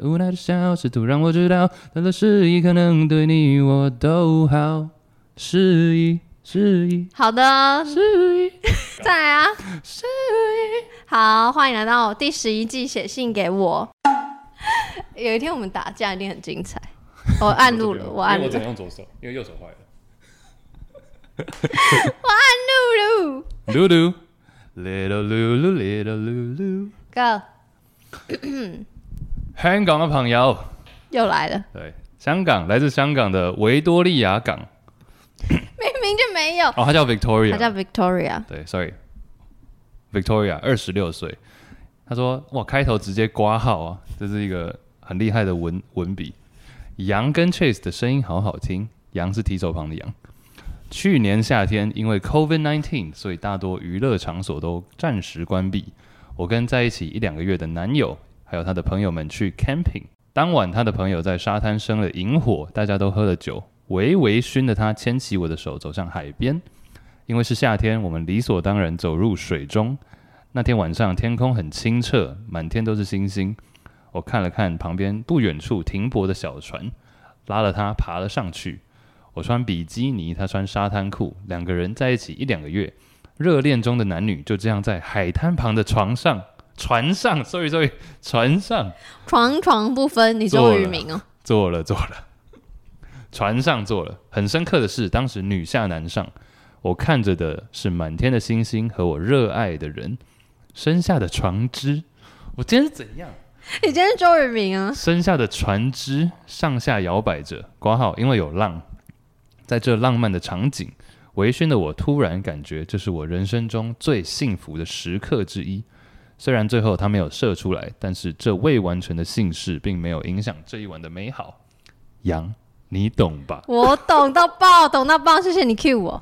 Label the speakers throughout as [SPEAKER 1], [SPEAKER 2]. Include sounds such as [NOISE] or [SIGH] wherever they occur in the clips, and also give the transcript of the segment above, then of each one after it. [SPEAKER 1] 无奈的小试图让我知道，他的失意可能对你我都好。失意，失意，
[SPEAKER 2] 好的，
[SPEAKER 1] 失意，
[SPEAKER 2] [LAUGHS] 再来啊！好，欢迎来到第十一季，写信给我。 [LAUGHS] 有一天我们打架一定很精彩。我按
[SPEAKER 3] 我
[SPEAKER 2] 录
[SPEAKER 3] 这边
[SPEAKER 2] 了，
[SPEAKER 3] 有
[SPEAKER 2] 我按
[SPEAKER 3] 因为
[SPEAKER 2] 录
[SPEAKER 3] 我只
[SPEAKER 2] 了，
[SPEAKER 3] 能用左手，因为右手坏了。
[SPEAKER 2] 录录
[SPEAKER 1] 噜噜，little 噜噜 little 噜噜，
[SPEAKER 2] ，Go，
[SPEAKER 1] 香港嘅朋友，
[SPEAKER 2] 又来了，
[SPEAKER 1] 对，香港来自香港的维多利亚港，
[SPEAKER 2] 明明就没有。
[SPEAKER 1] 哦，他叫
[SPEAKER 2] 他
[SPEAKER 1] Victoria，
[SPEAKER 2] 叫 Victoria，
[SPEAKER 1] 对，sorry，Victoria 二十六岁，他说哇，开头直接挂号啊，这是一个很厉害的文文笔。羊跟 Chase 的声音好好听，羊是提手旁的羊。去年夏天因为 COVID-19，所以大多娱乐场所都暂时关闭。我跟在一起一两个月的男友还有他的朋友们去 camping。当晚，他的朋友在沙滩生了萤火，大家都喝了酒，微微醺的他牵起我的手走向海边。因为是夏天，我们理所当然走入水中。那天晚上天空很清澈，满天都是星星。我看了看旁边不远处停泊的小船，拉了它爬了上去。我穿比基尼，他穿沙滩裤，两个人在一起一两个月，热恋中的男女就这样在海滩旁的床上、船上，sorry sorry，船上
[SPEAKER 2] 床床不分，你周渝民哦。
[SPEAKER 1] 做了做 [LAUGHS] 了，船上做了。很深刻的是，当时女下男上，我看着的是满天的星星和我热爱的人身下的船只。我今天是怎样？
[SPEAKER 2] 你今天是周渝民啊？
[SPEAKER 1] 身下的船只上下摇摆着，挂号，因为有浪。在这浪漫的场景，微醺的我突然感觉这是我人生中最幸福的时刻之一。虽然最后他没有射出来，但是这未完成的姓氏并没有影响这一晚的美好。羊，你懂吧？
[SPEAKER 2] 我懂到爆，懂到爆，谢谢你 cue 我。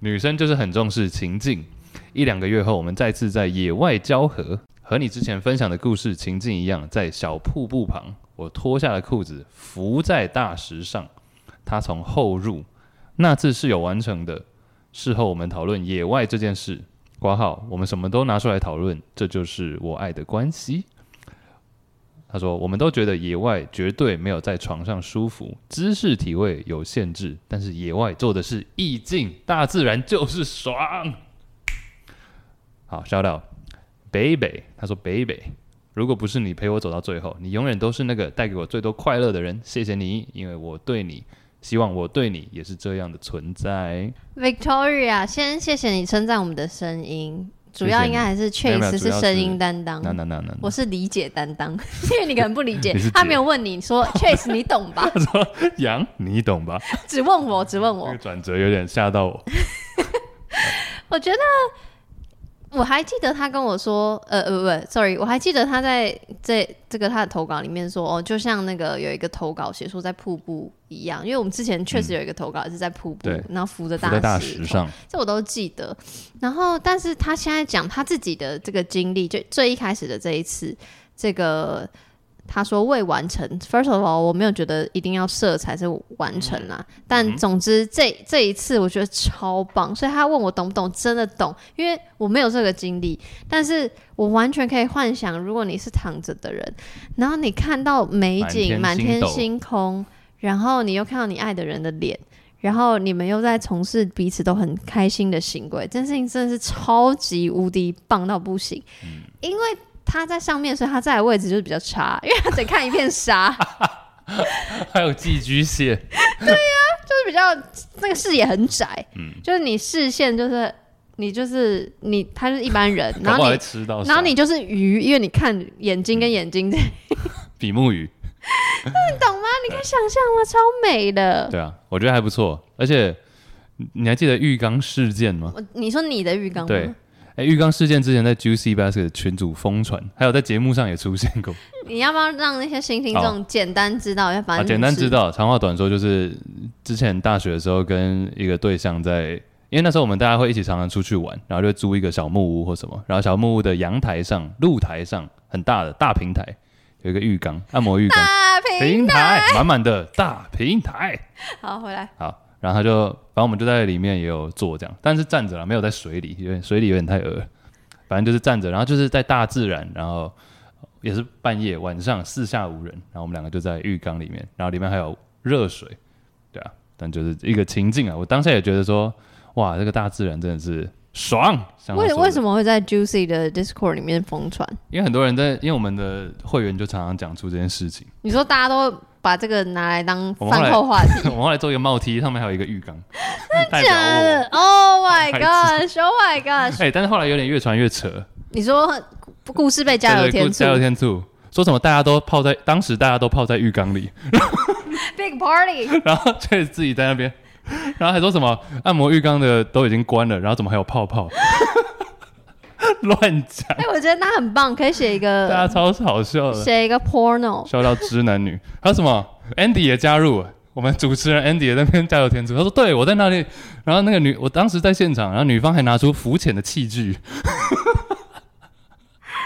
[SPEAKER 1] 女生就是很重视情境。一两个月后，我们再次在野外交合，和你之前分享的故事情境一样，在小瀑布旁，我脱下了裤子，浮在大石上，他从后入。那次是有完成的。事后我们讨论野外这件事，挂号，我们什么都拿出来讨论，这就是我爱的关系。他说：“我们都觉得野外绝对没有在床上舒服，姿势体位有限制，但是野外做的是意境，大自然就是爽。”好，shout out，北北，他说：“北北，如果不是你陪我走到最后，你永远都是那个带给我最多快乐的人。谢谢你，因为我对你，希望我对你也是这样的存在。
[SPEAKER 2] Victoria，先谢谢你称赞我们的声音，主要应该还是
[SPEAKER 1] 没有没有
[SPEAKER 2] Chase
[SPEAKER 1] 主要是
[SPEAKER 2] 声音担当。
[SPEAKER 1] 那那那那，
[SPEAKER 2] 嗯我是理解担当， [LAUGHS] 因为你可能不理解
[SPEAKER 1] 嗯你是，
[SPEAKER 2] 他
[SPEAKER 1] 姐
[SPEAKER 2] 没有问
[SPEAKER 1] [LAUGHS]
[SPEAKER 2] 你说 Chase 你懂吧？
[SPEAKER 1] 他说：“羊，你懂吧？”
[SPEAKER 2] 只问我，只问
[SPEAKER 1] 这
[SPEAKER 2] 我
[SPEAKER 1] 个。转折有点吓到我。
[SPEAKER 2] 我觉得我还记得他跟我说，呃呃不，sorry，我还记得他在这这个他的投稿里面说，哦，就像那个有一个投稿写说在瀑布一样，因为我们之前确实有一个投稿也是在瀑布，
[SPEAKER 1] 嗯对
[SPEAKER 2] 然后扶着
[SPEAKER 1] 浮在大
[SPEAKER 2] 石
[SPEAKER 1] 石
[SPEAKER 2] 头
[SPEAKER 1] 上，
[SPEAKER 2] 这我都记得。然后，但是他现在讲他自己的这个经历，就最一开始的这一次，这个他说未完成。First of all，我没有觉得一定要射才是完成啦。
[SPEAKER 1] 嗯
[SPEAKER 2] 但总之这这一次我觉得超棒，所以他问我懂不懂，真的懂，因为我没有这个经历，但是我完全可以幻想，如果你是躺着的人，然后你看到美景，满
[SPEAKER 1] 满天星
[SPEAKER 2] 天
[SPEAKER 1] 斗
[SPEAKER 2] 星空，然后你又看到你爱的人的脸。然后你们又在从事彼此都很开心的行为，这件事情真的是超级无敌棒到不行。
[SPEAKER 1] 嗯
[SPEAKER 2] 因为他在上面，所以他在的位置就是比较差，因为他得看一片
[SPEAKER 1] [LAUGHS]
[SPEAKER 2] 沙，就
[SPEAKER 1] 还有寄居蟹，
[SPEAKER 2] 是比较那个视野很窄。
[SPEAKER 1] 嗯
[SPEAKER 2] 就是你视线就是你就是你，他就是一般人，然
[SPEAKER 1] 搞不
[SPEAKER 2] 后
[SPEAKER 1] 好会
[SPEAKER 2] 你
[SPEAKER 1] 吃到啥。
[SPEAKER 2] 然后你就是鱼，因为你看眼睛跟眼睛， [LAUGHS] 你
[SPEAKER 1] 比目鱼，
[SPEAKER 2] 可以想象吗？超美的。
[SPEAKER 1] 对啊，我觉得还不错。而且你你还记得浴缸事件吗？
[SPEAKER 2] 我你说你的浴缸
[SPEAKER 1] 对
[SPEAKER 2] 吗？，
[SPEAKER 1] 哎，浴缸事件之前在 Juicy Basket 群组疯传，还有在节目上也出现过。
[SPEAKER 2] 你要不要让那些新听
[SPEAKER 1] 好
[SPEAKER 2] 众简单知道一下？反
[SPEAKER 1] 啊，
[SPEAKER 2] 正
[SPEAKER 1] 简单
[SPEAKER 2] 是
[SPEAKER 1] 知道，长话短说，就是之前大学的时候跟一个对象在，因为那时候我们大家会一起常常出去玩，然后就租一个小木屋或什么，然后小木屋的阳台上、露台上很大的大平台，有一个浴缸，按摩浴缸，
[SPEAKER 2] 大屏。
[SPEAKER 1] 平台满满的大平台。
[SPEAKER 2] 好，回来。
[SPEAKER 1] 好，然后他就，反正我们就在里面也有坐这样，但是站着了，没有在水里，因为水里有点太恶了。反正就是站着，然后就是在大自然，然后也是半夜晚上四下无人，然后我们两个就在浴缸里面，然后里面还有热水，对啊，但就是一个情境啊，我当下也觉得说，哇，这个大自然真的是爽。像他
[SPEAKER 2] [LAUGHS] 为
[SPEAKER 1] 说的
[SPEAKER 2] 为什么会在 Juicy 的 Discord 里面疯传？
[SPEAKER 1] 因为很多人在，因为我们的会员就常常讲出这件事情。
[SPEAKER 2] 你说大家都把这个拿来当
[SPEAKER 1] 我们后来
[SPEAKER 2] 饭后话题，
[SPEAKER 1] 我们后来做一个帽 T，上面还有一个浴
[SPEAKER 2] [LAUGHS]
[SPEAKER 1] 缸，代表
[SPEAKER 2] 假的
[SPEAKER 1] 我。
[SPEAKER 2] ？Oh my
[SPEAKER 1] 白痴
[SPEAKER 2] gosh！Oh my gosh！
[SPEAKER 1] 哎、但是后来有点越传越扯，
[SPEAKER 2] 你说故事被加油
[SPEAKER 1] 对对
[SPEAKER 2] 添
[SPEAKER 1] 故
[SPEAKER 2] 醋
[SPEAKER 1] 加油添醋，说什么大家都泡在，当时大家都泡在浴缸里，
[SPEAKER 2] ，Big Party，
[SPEAKER 1] [LAUGHS] 然后却自己在那边，然后还说什么按摩浴缸的都已经关了，然后怎么还有泡泡？ [LAUGHS] 乱讲，
[SPEAKER 2] 哎、我觉得那很棒，可以写一
[SPEAKER 1] 大家呃
[SPEAKER 2] 个
[SPEAKER 1] 超好笑的，
[SPEAKER 2] 写一个 porno，
[SPEAKER 1] 笑到直男女。还有什么 Andy 也加入了，我们主持人 Andy 也在那边加油添醋，他说对我在那里，然后那个女我当时在现场，然后女方还拿出浮潜的器
[SPEAKER 2] [LAUGHS]
[SPEAKER 1] 具。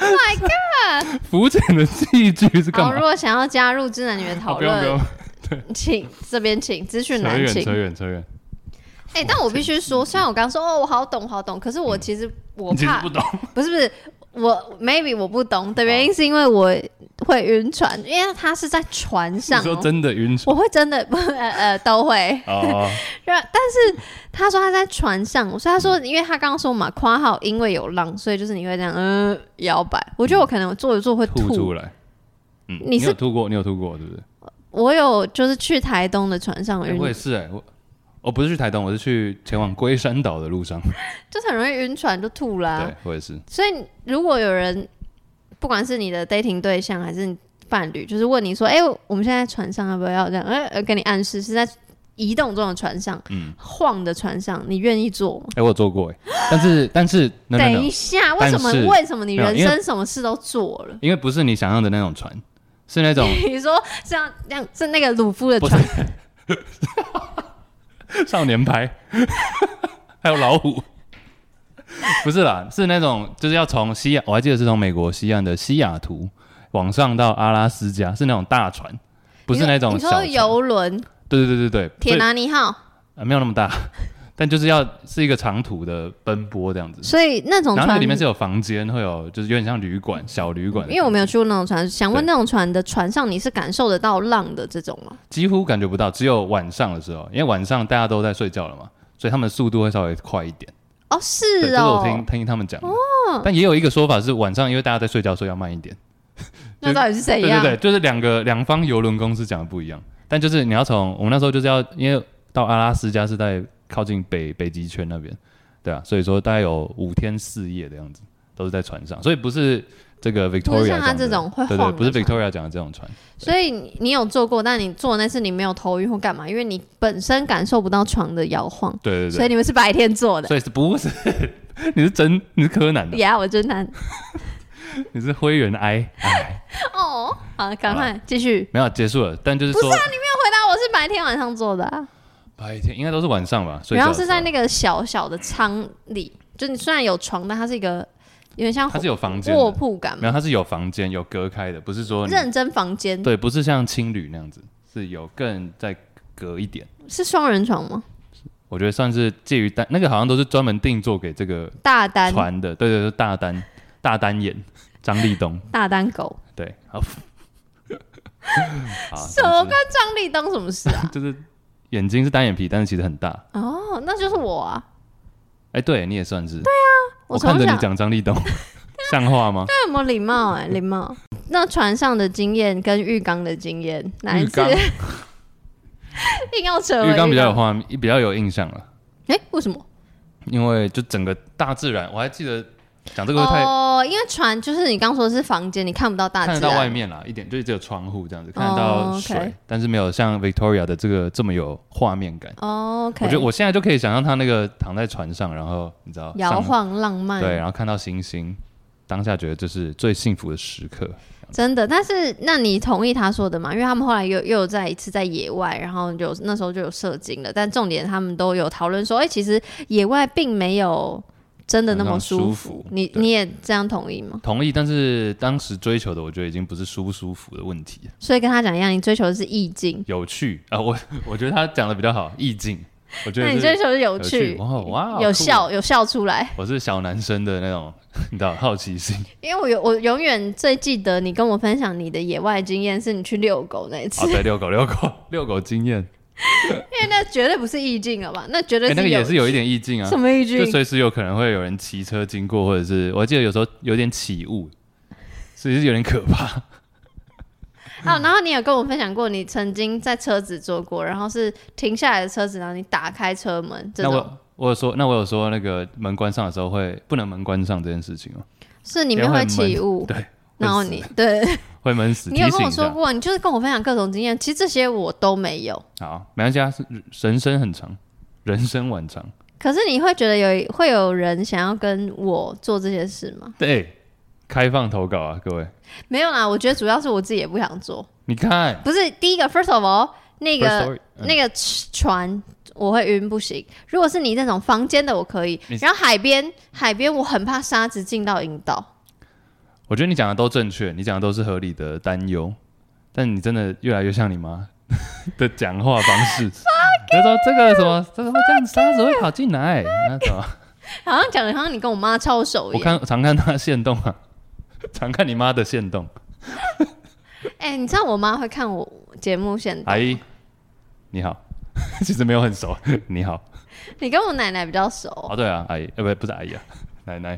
[SPEAKER 2] Oh My
[SPEAKER 1] God！浮 [LAUGHS] 潜的器具是干
[SPEAKER 2] 好，
[SPEAKER 1] 嘛
[SPEAKER 2] 哦如？果想要加入知男女的
[SPEAKER 1] 哦
[SPEAKER 2] 讨
[SPEAKER 1] 不用不
[SPEAKER 2] 论，
[SPEAKER 1] 用，
[SPEAKER 2] 请这边请资讯
[SPEAKER 1] 扯
[SPEAKER 2] 栏
[SPEAKER 1] 远
[SPEAKER 2] 请。
[SPEAKER 1] 扯远扯远，
[SPEAKER 2] 哎、但我必须说，虽然我刚说哦，我好懂好懂，可是我其实我
[SPEAKER 1] 你其实
[SPEAKER 2] 怕
[SPEAKER 1] 不懂。
[SPEAKER 2] 不是不是，我 maybe 我不懂的原因是因为我会晕船，因为它是在船
[SPEAKER 1] 你
[SPEAKER 2] 上、
[SPEAKER 1] 说
[SPEAKER 2] 哦，
[SPEAKER 1] 真的晕船
[SPEAKER 2] 我会真的不呃呃都会。
[SPEAKER 1] [LAUGHS] 哦，
[SPEAKER 2] 然但是他说他在船上，所以他说，因为他刚刚说嘛，括号因为有浪，所以就是你会这样嗯摇摆。我觉得我可能坐一坐会
[SPEAKER 1] 吐出来。嗯，
[SPEAKER 2] 你是
[SPEAKER 1] 有吐过，你有吐过，对不对？
[SPEAKER 2] 我有就是去台东的船上
[SPEAKER 1] 哎
[SPEAKER 2] 哦晕，
[SPEAKER 1] 我也是哎、我我不是去台东，我是去前往龟山岛的路上。
[SPEAKER 2] 就是很容易晕船就吐啦、
[SPEAKER 1] [LAUGHS] 对，我也是。
[SPEAKER 2] 所以如果有人，不管是你的 dating 对象还是你伴侣，就是问你说：“哎、我们现在在船上要不要这样？”哎、呃，给你暗示是在移动中的船上，
[SPEAKER 1] 嗯
[SPEAKER 2] 晃的船上，你愿意坐吗？
[SPEAKER 1] 哎、我有做过哎、但是但是那那
[SPEAKER 2] 等
[SPEAKER 1] 那
[SPEAKER 2] 一，下，为什么
[SPEAKER 1] 但是
[SPEAKER 2] 为什么你
[SPEAKER 1] 没有
[SPEAKER 2] 人
[SPEAKER 1] 因为
[SPEAKER 2] 生什么事都做了？
[SPEAKER 1] 因为不是你想象的那种船，是 [LAUGHS] 那种
[SPEAKER 2] [LAUGHS] 你说像这样是那个鲁夫的
[SPEAKER 1] 不
[SPEAKER 2] 船，
[SPEAKER 1] 少年牌， [LAUGHS] 还有老虎。 [LAUGHS] 不是啦，是那种就是要从西亚，我还记得是从美国西岸的西雅图往上到阿拉斯加，是那种大船，不是那种
[SPEAKER 2] 你
[SPEAKER 1] 小
[SPEAKER 2] 说
[SPEAKER 1] 船
[SPEAKER 2] 你说游轮
[SPEAKER 1] 对对对对对，
[SPEAKER 2] 铁
[SPEAKER 1] 所以
[SPEAKER 2] 达尼号，
[SPEAKER 1] 呃没有那么大， [LAUGHS] 但就是要是一个长途的奔波这样子。
[SPEAKER 2] 所以那种
[SPEAKER 1] 然后那
[SPEAKER 2] 船
[SPEAKER 1] 里面是有房间，会有就是有点像旅馆、小旅馆的感觉，
[SPEAKER 2] 嗯因为我没有去过那种船，想问
[SPEAKER 1] 对
[SPEAKER 2] 那种船的船上你是感受得到浪的这种吗？
[SPEAKER 1] 几乎感觉不到，只有晚上的时候，因为晚上大家都在睡觉了嘛，所以他们的速度会稍微快一点。
[SPEAKER 2] 哦，
[SPEAKER 1] 对，
[SPEAKER 2] 是
[SPEAKER 1] 这是我听
[SPEAKER 2] 哦，
[SPEAKER 1] 听他们讲的。但也有一个说法是晚上，因为大家在睡觉，所以要慢一点。
[SPEAKER 2] 那到底是怎
[SPEAKER 1] 对对
[SPEAKER 2] 样？
[SPEAKER 1] 对，就是两个两方游轮公司讲的不一样，但就是你要从我们那时候就是要，因为到阿拉斯加是在靠近北北极圈那边，对啊，所以说大概有五天四夜的样子，都是在船上，所以不是这个 Victoria
[SPEAKER 2] 不是像他
[SPEAKER 1] 讲的
[SPEAKER 2] 这种会
[SPEAKER 1] 对对，
[SPEAKER 2] 晃的
[SPEAKER 1] 不是
[SPEAKER 2] 船
[SPEAKER 1] Victoria 讲的这种船，
[SPEAKER 2] 所以你你有做过，但你做的那次你没有头晕或干嘛，因为你本身感受不到床的摇晃，
[SPEAKER 1] 对对
[SPEAKER 2] 所以
[SPEAKER 1] 对，
[SPEAKER 2] 你们是白
[SPEAKER 1] [LAUGHS]
[SPEAKER 2] 天做的。
[SPEAKER 1] 所以是不是你是真你是柯南的，
[SPEAKER 2] 呀，我真难
[SPEAKER 1] 你是灰原哀，哎
[SPEAKER 2] 哦。好，赶快
[SPEAKER 1] 啊
[SPEAKER 2] 继续。 [LAUGHS]
[SPEAKER 1] 没有结束了，但就是说
[SPEAKER 2] 那回答我是白天晚上做的、啊，
[SPEAKER 1] 白天应该都是晚上吧，睡觉
[SPEAKER 2] 然
[SPEAKER 1] 的
[SPEAKER 2] 后
[SPEAKER 1] 时候
[SPEAKER 2] 是在那个小小的舱里，就你虽然有床，但它是一个有点像
[SPEAKER 1] 它是有房间的
[SPEAKER 2] 卧铺感
[SPEAKER 1] 没
[SPEAKER 2] 嘛
[SPEAKER 1] 有，，它是有房间有隔开的，不是说你
[SPEAKER 2] 认真房间
[SPEAKER 1] 对，不是像青旅那样子，是有更再隔一点。
[SPEAKER 2] 是双人床吗？
[SPEAKER 1] 我觉得算是介于单，那个好像都是专门定做给这个
[SPEAKER 2] 大单
[SPEAKER 1] 船的，对对对，大单大单眼张立东，
[SPEAKER 2] [LAUGHS] 大单狗，
[SPEAKER 1] 对，
[SPEAKER 2] [LAUGHS]
[SPEAKER 1] 好，好
[SPEAKER 2] 什么
[SPEAKER 1] 总
[SPEAKER 2] 跟
[SPEAKER 1] 之
[SPEAKER 2] 张立东什么事啊？
[SPEAKER 1] [LAUGHS] 就是眼睛是单眼皮，但是其实很大。
[SPEAKER 2] 哦，那就是我啊。
[SPEAKER 1] 哎，对你也算是，对啊，我
[SPEAKER 2] 我
[SPEAKER 1] 看着
[SPEAKER 2] 从小
[SPEAKER 1] 你讲张
[SPEAKER 2] [LAUGHS]
[SPEAKER 1] 立东，像话吗？
[SPEAKER 2] 那有没有礼貌、
[SPEAKER 1] [LAUGHS]
[SPEAKER 2] 哎，礼貌。那船上的经验跟浴缸的经验，哪一
[SPEAKER 1] 浴
[SPEAKER 2] 次
[SPEAKER 1] 缸
[SPEAKER 2] [LAUGHS] 硬要扯回
[SPEAKER 1] 浴缸比较有画面，比较有印象了，
[SPEAKER 2] 哎、为什么？
[SPEAKER 1] 因为就整个大自然，我还记得讲这个会太
[SPEAKER 2] 哦，因为船就是你刚说的是房间，你看不到大
[SPEAKER 1] 看
[SPEAKER 2] 啊自
[SPEAKER 1] 得到外
[SPEAKER 2] 然。
[SPEAKER 1] 面啦，一点就是只有窗户这样子，
[SPEAKER 2] 哦
[SPEAKER 1] 看得到水
[SPEAKER 2] OK
[SPEAKER 1] 但是没有像 Victoria 的这个这么有画面感。
[SPEAKER 2] 哦
[SPEAKER 1] 我
[SPEAKER 2] OK，
[SPEAKER 1] 觉得我现在就可以想象他那个躺在船上，然后你知道
[SPEAKER 2] 摇
[SPEAKER 1] 上
[SPEAKER 2] 晃浪漫，
[SPEAKER 1] 对，然后看到星星，当下觉得这是最幸福的时刻。
[SPEAKER 2] 真的。但是，那你同意他说的吗？因为他们后来又又有在一次在野外，然后有那时候就有射精了，但重点他们都有讨论说，哎、其实野外并没有真的那么
[SPEAKER 1] 那
[SPEAKER 2] 舒
[SPEAKER 1] 么舒
[SPEAKER 2] 服
[SPEAKER 1] 服。
[SPEAKER 2] 你
[SPEAKER 1] 对
[SPEAKER 2] 你也这样同意吗？
[SPEAKER 1] 同意，但是当时追求的，我觉得已经不是舒不舒服的问题，
[SPEAKER 2] 所以跟他讲一样，你追求的是意境。
[SPEAKER 1] 有趣啊、我我觉得他讲的比较好，意境，我觉
[SPEAKER 2] 那
[SPEAKER 1] 得
[SPEAKER 2] 你
[SPEAKER 1] 是
[SPEAKER 2] 追求是有
[SPEAKER 1] 有
[SPEAKER 2] 趣
[SPEAKER 1] 趣，哇哇
[SPEAKER 2] 有
[SPEAKER 1] 酷
[SPEAKER 2] 笑有笑出来。
[SPEAKER 1] 我是小男生的那种，你知道好奇心
[SPEAKER 2] 因为我有我永远最记得你跟我分享你的野外经验，是你去遛狗那一次，
[SPEAKER 1] 啊，对，遛狗遛狗遛狗经验，
[SPEAKER 2] 因为那绝对不是意境了吧？那绝对
[SPEAKER 1] 哎，
[SPEAKER 2] 是
[SPEAKER 1] 那个也是有一
[SPEAKER 2] 点
[SPEAKER 1] 点意境啊
[SPEAKER 2] 什，么意境
[SPEAKER 1] 就？随时有可能会有人骑车经过，或者是我记得有时候有点起雾，所以是有点可怕。
[SPEAKER 2] 啊，然后你有跟我分享过，你曾经在车子坐过，然后是停下来的车子，然后你打开车门，这
[SPEAKER 1] 那
[SPEAKER 2] 种
[SPEAKER 1] 我我有说，那我有说那个门关上的时候会不能门关上这件事情哦，
[SPEAKER 2] 是里面
[SPEAKER 1] 也会
[SPEAKER 2] 会
[SPEAKER 1] 很
[SPEAKER 2] 起
[SPEAKER 1] 闷
[SPEAKER 2] 雾，
[SPEAKER 1] 对，
[SPEAKER 2] 然后
[SPEAKER 1] 会死
[SPEAKER 2] 你对， [LAUGHS]
[SPEAKER 1] 会闷死。
[SPEAKER 2] 你有
[SPEAKER 1] 提
[SPEAKER 2] 跟
[SPEAKER 1] 醒
[SPEAKER 2] 我
[SPEAKER 1] 一
[SPEAKER 2] 说
[SPEAKER 1] 下，
[SPEAKER 2] 过，你就是跟我分享各种经验，其实这些我都没有，
[SPEAKER 1] 好，没关系啊，是人生很长，人生晚长。
[SPEAKER 2] 可是你会觉得有会有人想要跟我做这些事吗？
[SPEAKER 1] 对，开放投稿啊，各位，
[SPEAKER 2] 没有啦，我觉得主要是我自己也不想做，
[SPEAKER 1] 你看
[SPEAKER 2] 不是第一个，first of all，那个
[SPEAKER 1] First story，嗯
[SPEAKER 2] 那个船我会晕不行。如果是你那种房间的，我可以
[SPEAKER 1] 你。
[SPEAKER 2] 然后海边，海边我很怕沙子进到阴道。
[SPEAKER 1] 我觉得你讲的都正确，你讲的都是合理的担忧，但你真的越来越像你妈 [LAUGHS] 的讲话方式。他说这个什么，这个会这样子，沙子会跑进来，那什么？
[SPEAKER 2] 好像讲的好像你跟我妈超熟
[SPEAKER 1] 我
[SPEAKER 2] 一样。
[SPEAKER 1] 看常看他现动啊，常看你妈的现
[SPEAKER 2] [LAUGHS]
[SPEAKER 1] 动。
[SPEAKER 2] 哎、你知道我妈会看我节目现
[SPEAKER 1] 阿
[SPEAKER 2] 在，
[SPEAKER 1] 姨，你好， [LAUGHS] 其实没有很熟，你好。
[SPEAKER 2] 你跟我奶奶比较熟。
[SPEAKER 1] 哦，对啊，阿姨，呃，不，不是阿姨啊，奶奶。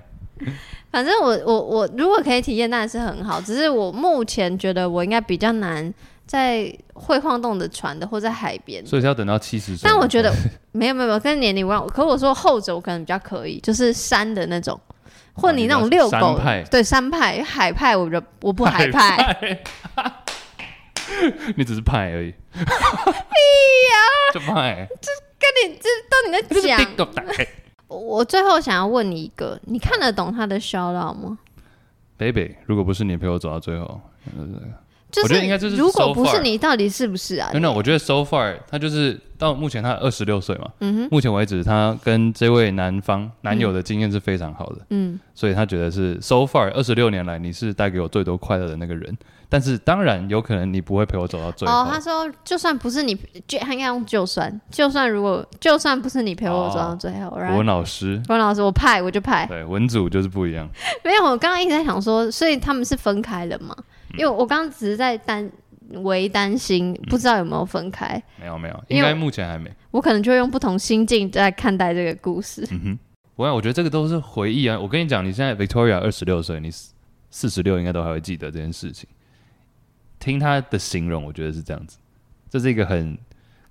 [SPEAKER 2] 反正我我我如果可以体验，当然是很好。只是我目前觉得我应该比较难在会晃动的船的，或在海边的。
[SPEAKER 1] 所以是要等到七十岁。
[SPEAKER 2] 但我
[SPEAKER 1] [LAUGHS]
[SPEAKER 2] 觉得没有没有没有跟年龄无关，可我说后者我可能比较可以，就是山的那种，或你那种遛
[SPEAKER 1] 哦山
[SPEAKER 2] 狗，
[SPEAKER 1] 派
[SPEAKER 2] 对山派海派我比较我不海派，
[SPEAKER 1] [LAUGHS] 你只是派
[SPEAKER 2] [LAUGHS]
[SPEAKER 1] 而已。 [LAUGHS] 就派，
[SPEAKER 2] 跟你这到底
[SPEAKER 1] 就
[SPEAKER 2] 在
[SPEAKER 1] 是
[SPEAKER 2] 讲。
[SPEAKER 1] TikTok 打开
[SPEAKER 2] 我我最后想要问你一个，你看得懂他的 shout out 吗？
[SPEAKER 1] Baby，如果不是你陪我走到最后，
[SPEAKER 2] 就
[SPEAKER 1] 我觉得应该就是
[SPEAKER 2] 如果
[SPEAKER 1] so
[SPEAKER 2] 不是
[SPEAKER 1] far
[SPEAKER 2] 你，到底是不是啊？
[SPEAKER 1] no no，我觉得 so far 他就是到目前他二十六岁嘛，
[SPEAKER 2] 嗯哼，
[SPEAKER 1] 目前为止他跟这位男方男友的经验是非常好的，
[SPEAKER 2] 嗯，
[SPEAKER 1] 所以他觉得是 so far 二十六年来你是带给我最多快乐的那个人，但是当然有可能你不会陪我走到最后，
[SPEAKER 2] 哦，他说就算不是你，就他应该用就算，就算如果就算不是你陪我走到
[SPEAKER 1] 哦
[SPEAKER 2] 最后，然后
[SPEAKER 1] 文老师
[SPEAKER 2] 关老师我派我就派，
[SPEAKER 1] 对文组就是不一样，
[SPEAKER 2] 没有，我刚刚一直在想说，所以他们是分开了嘛？
[SPEAKER 1] 嗯
[SPEAKER 2] 因为我刚刚只是在担为担心，不知道有没有分开，
[SPEAKER 1] 没有没有，
[SPEAKER 2] 因为
[SPEAKER 1] 应该
[SPEAKER 2] 我
[SPEAKER 1] 目前还没，
[SPEAKER 2] 我可能就会用不同心境在看待这个故事。
[SPEAKER 1] 嗯哼，不然我觉得这个都是回忆啊，我跟你讲，你现在 Victoria 二十六岁，你四十六应该都还会记得这件事情，听他的形容，我觉得是这样子，这是一个很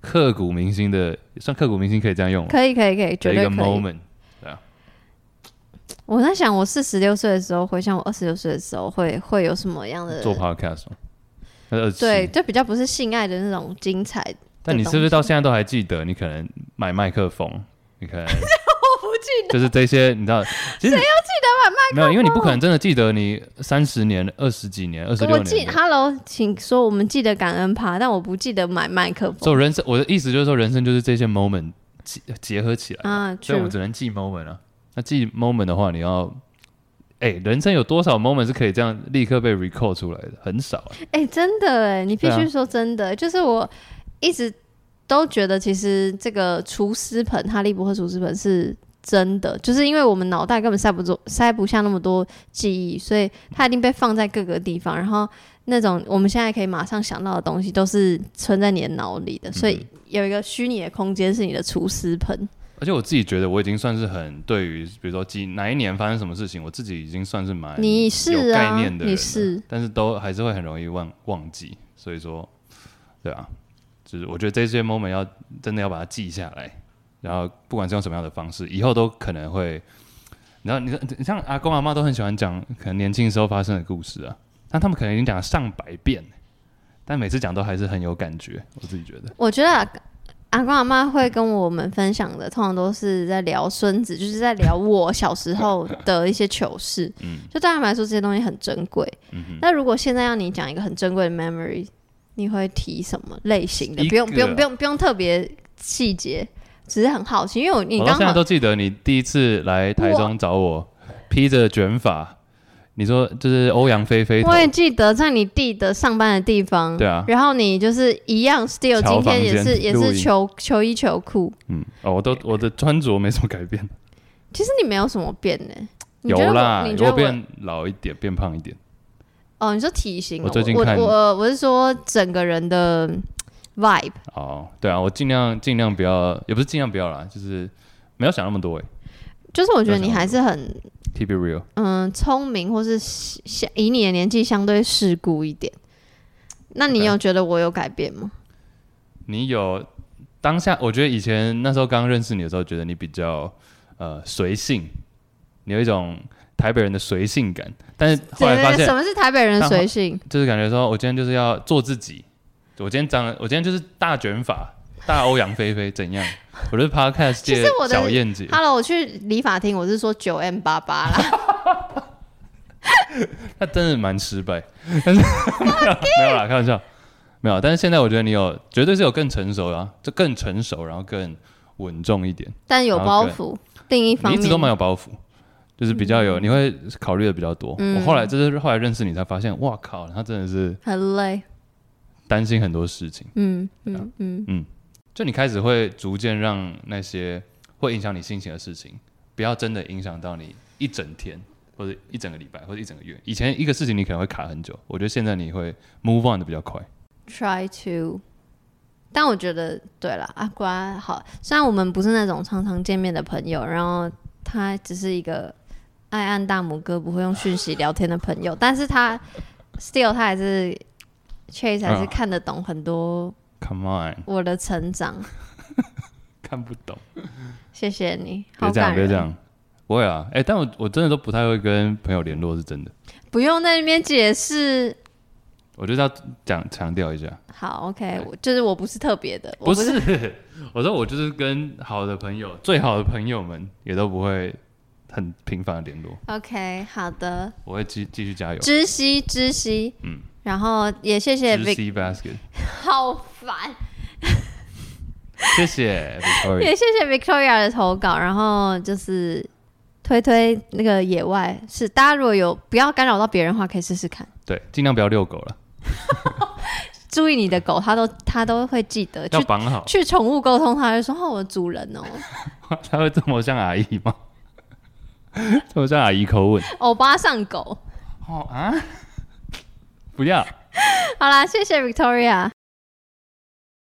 [SPEAKER 1] 刻骨铭心的，算刻骨铭心可以这样用吗。
[SPEAKER 2] 可以，可以，可以，
[SPEAKER 1] 的
[SPEAKER 2] 绝
[SPEAKER 1] 一
[SPEAKER 2] 对
[SPEAKER 1] 个
[SPEAKER 2] 可以。
[SPEAKER 1] moment，
[SPEAKER 2] 我在想，我四十六岁的时候，回想我二十六岁的时候会，会有什么样的？
[SPEAKER 1] 做 podcast 吗？他是27
[SPEAKER 2] 对，，就比较不是性爱的那种精彩。
[SPEAKER 1] 但你是不是到现在都还记得？你可能买麦克风，你可能我不记得，就是这些，你知 [LAUGHS] 道，其实谁要记得买麦克风？没有，因为你不可能真的记得你三十年、二十几年、二十
[SPEAKER 2] 我
[SPEAKER 1] 六
[SPEAKER 2] 记
[SPEAKER 1] 年的。
[SPEAKER 2] ，Hello，请说，我们记得感恩趴，但我不记得买麦克
[SPEAKER 1] 所
[SPEAKER 2] 风
[SPEAKER 1] 以人生，我的意思就是说，人生就是这些 moment 结结合起来嘛，
[SPEAKER 2] 啊。
[SPEAKER 1] 所以我
[SPEAKER 2] true
[SPEAKER 1] 们只能记 moment 啊。那记 moment 的话，你要。哎、人生有多少 moment 是可以这样立刻被 recall 出来的？很少、啊。
[SPEAKER 2] 哎、真的哎，你必
[SPEAKER 1] 对
[SPEAKER 2] 须
[SPEAKER 1] 啊
[SPEAKER 2] 说真的，就是我一直都觉得，其实这个厨师盆，哈利波特厨师盆是真的，就是因为我们脑袋根本塞不住，塞不下那么多记忆，所以它一定被放在各个地方。然后那种我们现在可以马上想到的东西，都是存在你的脑里的，所
[SPEAKER 1] 嗯
[SPEAKER 2] 以有一个虚拟的空间是你的厨师盆。
[SPEAKER 1] 而且我自己觉得我已经算是很对于，比如说今哪一年发生什么事情，我自己已经算是蛮
[SPEAKER 2] 你是
[SPEAKER 1] 有概
[SPEAKER 2] 啊，
[SPEAKER 1] 念的人了
[SPEAKER 2] 你是，
[SPEAKER 1] 但是都还是会很容易忘忘记，所以说，对啊，就是我觉得这些 moment 要真的要把它记下来，然后不管是用什么样的方式，以后都可能会，然后你看你像阿公阿妈都很喜欢讲可能年轻时候发生的故事啊，但他们可能已经讲了上百遍，但每次讲都还是很有感觉，我自己觉得，
[SPEAKER 2] 我觉得阿阿公阿妈会跟我们分享的，通常都是在聊孙子，就是在聊我小时候的一些
[SPEAKER 1] [LAUGHS]
[SPEAKER 2] 糗事。
[SPEAKER 1] 嗯
[SPEAKER 2] 就对他们来说，这些东西很珍贵。那如果现在要你讲一个很珍贵的 memory，你会提什么类型的？
[SPEAKER 1] 一个
[SPEAKER 2] 不用，不用，不用，不用特别细节，只是很好奇，因为我你
[SPEAKER 1] 我到
[SPEAKER 2] 刚
[SPEAKER 1] 现在
[SPEAKER 2] 好
[SPEAKER 1] 都记得你第一次来台中找我，披着卷发。你说就是欧阳菲菲头
[SPEAKER 2] 我也记得在你弟的上班的地方，
[SPEAKER 1] 对啊
[SPEAKER 2] 然后你就是一样，still
[SPEAKER 1] 乔
[SPEAKER 2] 今
[SPEAKER 1] 房
[SPEAKER 2] 天也
[SPEAKER 1] 间
[SPEAKER 2] 是也
[SPEAKER 1] 录
[SPEAKER 2] 是
[SPEAKER 1] 影
[SPEAKER 2] 球球衣球裤，
[SPEAKER 1] 嗯，哦，我都我的穿着没什么改变，
[SPEAKER 2] 其实你没有什么变呢、你
[SPEAKER 1] 有
[SPEAKER 2] 觉得我
[SPEAKER 1] 啦，
[SPEAKER 2] 你觉
[SPEAKER 1] 我
[SPEAKER 2] 得我
[SPEAKER 1] 变老一点，变胖一点，
[SPEAKER 2] 哦？你说体型哦、
[SPEAKER 1] 我最近
[SPEAKER 2] 我
[SPEAKER 1] 看
[SPEAKER 2] 我我是说整个人的 vibe，
[SPEAKER 1] 哦，对啊，我尽量尽量不要，也不是尽量不要啦，就是没有想那么多诶
[SPEAKER 2] 就是我觉得
[SPEAKER 1] 那
[SPEAKER 2] 你
[SPEAKER 1] 什么
[SPEAKER 2] 还是很
[SPEAKER 1] k e e p it real，
[SPEAKER 2] 嗯聪明，或是相以你的年纪相对世故一点。那你
[SPEAKER 1] OK
[SPEAKER 2] 有觉得我有改变吗？
[SPEAKER 1] 你有当下，我觉得以前那时候刚认识你的时候，觉得你比较呃随性，你有一种台北人的随性感，但是后来发
[SPEAKER 2] 对
[SPEAKER 1] 现
[SPEAKER 2] 什么是台北人的
[SPEAKER 1] 但后
[SPEAKER 2] 随性？
[SPEAKER 1] 就是感觉说我今天就是要做自己，我今天长，我今天就是大卷发，大欧阳菲菲怎样？ [LAUGHS] 我就是 podcast
[SPEAKER 2] 其
[SPEAKER 1] 界
[SPEAKER 2] 实我的
[SPEAKER 1] 小燕姐，
[SPEAKER 2] Hello，我去理发厅，我是说九 M 八八啦。 [LAUGHS]
[SPEAKER 1] 她真的蛮失
[SPEAKER 2] [LAUGHS]
[SPEAKER 1] 败，但是 [LAUGHS] 没有啦，开玩笑，没有。但是现在我觉得你有，绝对是有更成熟啊，就更成熟，然后更稳重一点。
[SPEAKER 2] 但有
[SPEAKER 1] 然
[SPEAKER 2] 包
[SPEAKER 1] 后
[SPEAKER 2] 袱。另一方
[SPEAKER 1] 你一直都蛮
[SPEAKER 2] 面，
[SPEAKER 1] 有包袱，就是比较有，你会考虑的比较多。
[SPEAKER 2] 嗯
[SPEAKER 1] 我后来就是后来认识你才发现，哇靠，他真的是
[SPEAKER 2] 很累。
[SPEAKER 1] 担心很多事情。
[SPEAKER 2] 嗯嗯嗯，
[SPEAKER 1] 就你开始会逐渐让那些会影响你心情的事情，不要真的影响到你一整天，或者一整个礼拜，或者一整个月。以前一个事情你可能会卡很久，我觉得现在你会 move on 的比较快。
[SPEAKER 2] try to，但我觉得对了，阿瓜好，虽然我们不是那种常常见面的朋友，然后他只是一个爱按大拇哥不会用讯息聊天的朋友，但是他 still 他还是 Chase 还是
[SPEAKER 1] 嗯
[SPEAKER 2] 看得懂很多
[SPEAKER 1] Come on，
[SPEAKER 2] 我的成长，
[SPEAKER 1] 看不懂，
[SPEAKER 2] 谢谢你，
[SPEAKER 1] 别
[SPEAKER 2] 好
[SPEAKER 1] 这样，
[SPEAKER 2] 感
[SPEAKER 1] 别这
[SPEAKER 2] 人，
[SPEAKER 1] 样，不会啊。哎、但我我真的都不太会跟朋友联络，是真的。
[SPEAKER 2] 不用在那边解释。
[SPEAKER 1] 我就是要讲强调一下，
[SPEAKER 2] 好，OK，我就是我不是特别的，
[SPEAKER 1] 不
[SPEAKER 2] 我是
[SPEAKER 1] 是， [LAUGHS] 我说我就是跟好的朋友，最好的朋友们也都不会很频繁的联络，
[SPEAKER 2] OK，好的，
[SPEAKER 1] 我会继继续加油。
[SPEAKER 2] 知悉知悉，嗯，然后也谢谢
[SPEAKER 1] G
[SPEAKER 2] Vic，
[SPEAKER 1] C basket，
[SPEAKER 2] 好烦，
[SPEAKER 1] 谢谢 Victoria。
[SPEAKER 2] 也谢谢 Victoria 的投稿，然后就是推推那个野外是，大家如果有不要干扰到别人的话，可以试试看，
[SPEAKER 1] 对，尽量不要遛狗了，
[SPEAKER 2] 注意你的狗，它都它都会记得呃去
[SPEAKER 1] 要绑好。 [LAUGHS]
[SPEAKER 2] 去宠物沟通，它会说哦，我的主人哦， [LAUGHS]
[SPEAKER 1] 他会这么像阿姨吗？ [LAUGHS] 这么像阿姨口吻？
[SPEAKER 2] 欧巴上狗。
[SPEAKER 1] 哦啊，不要。
[SPEAKER 2] 好啦，谢谢 Victoria。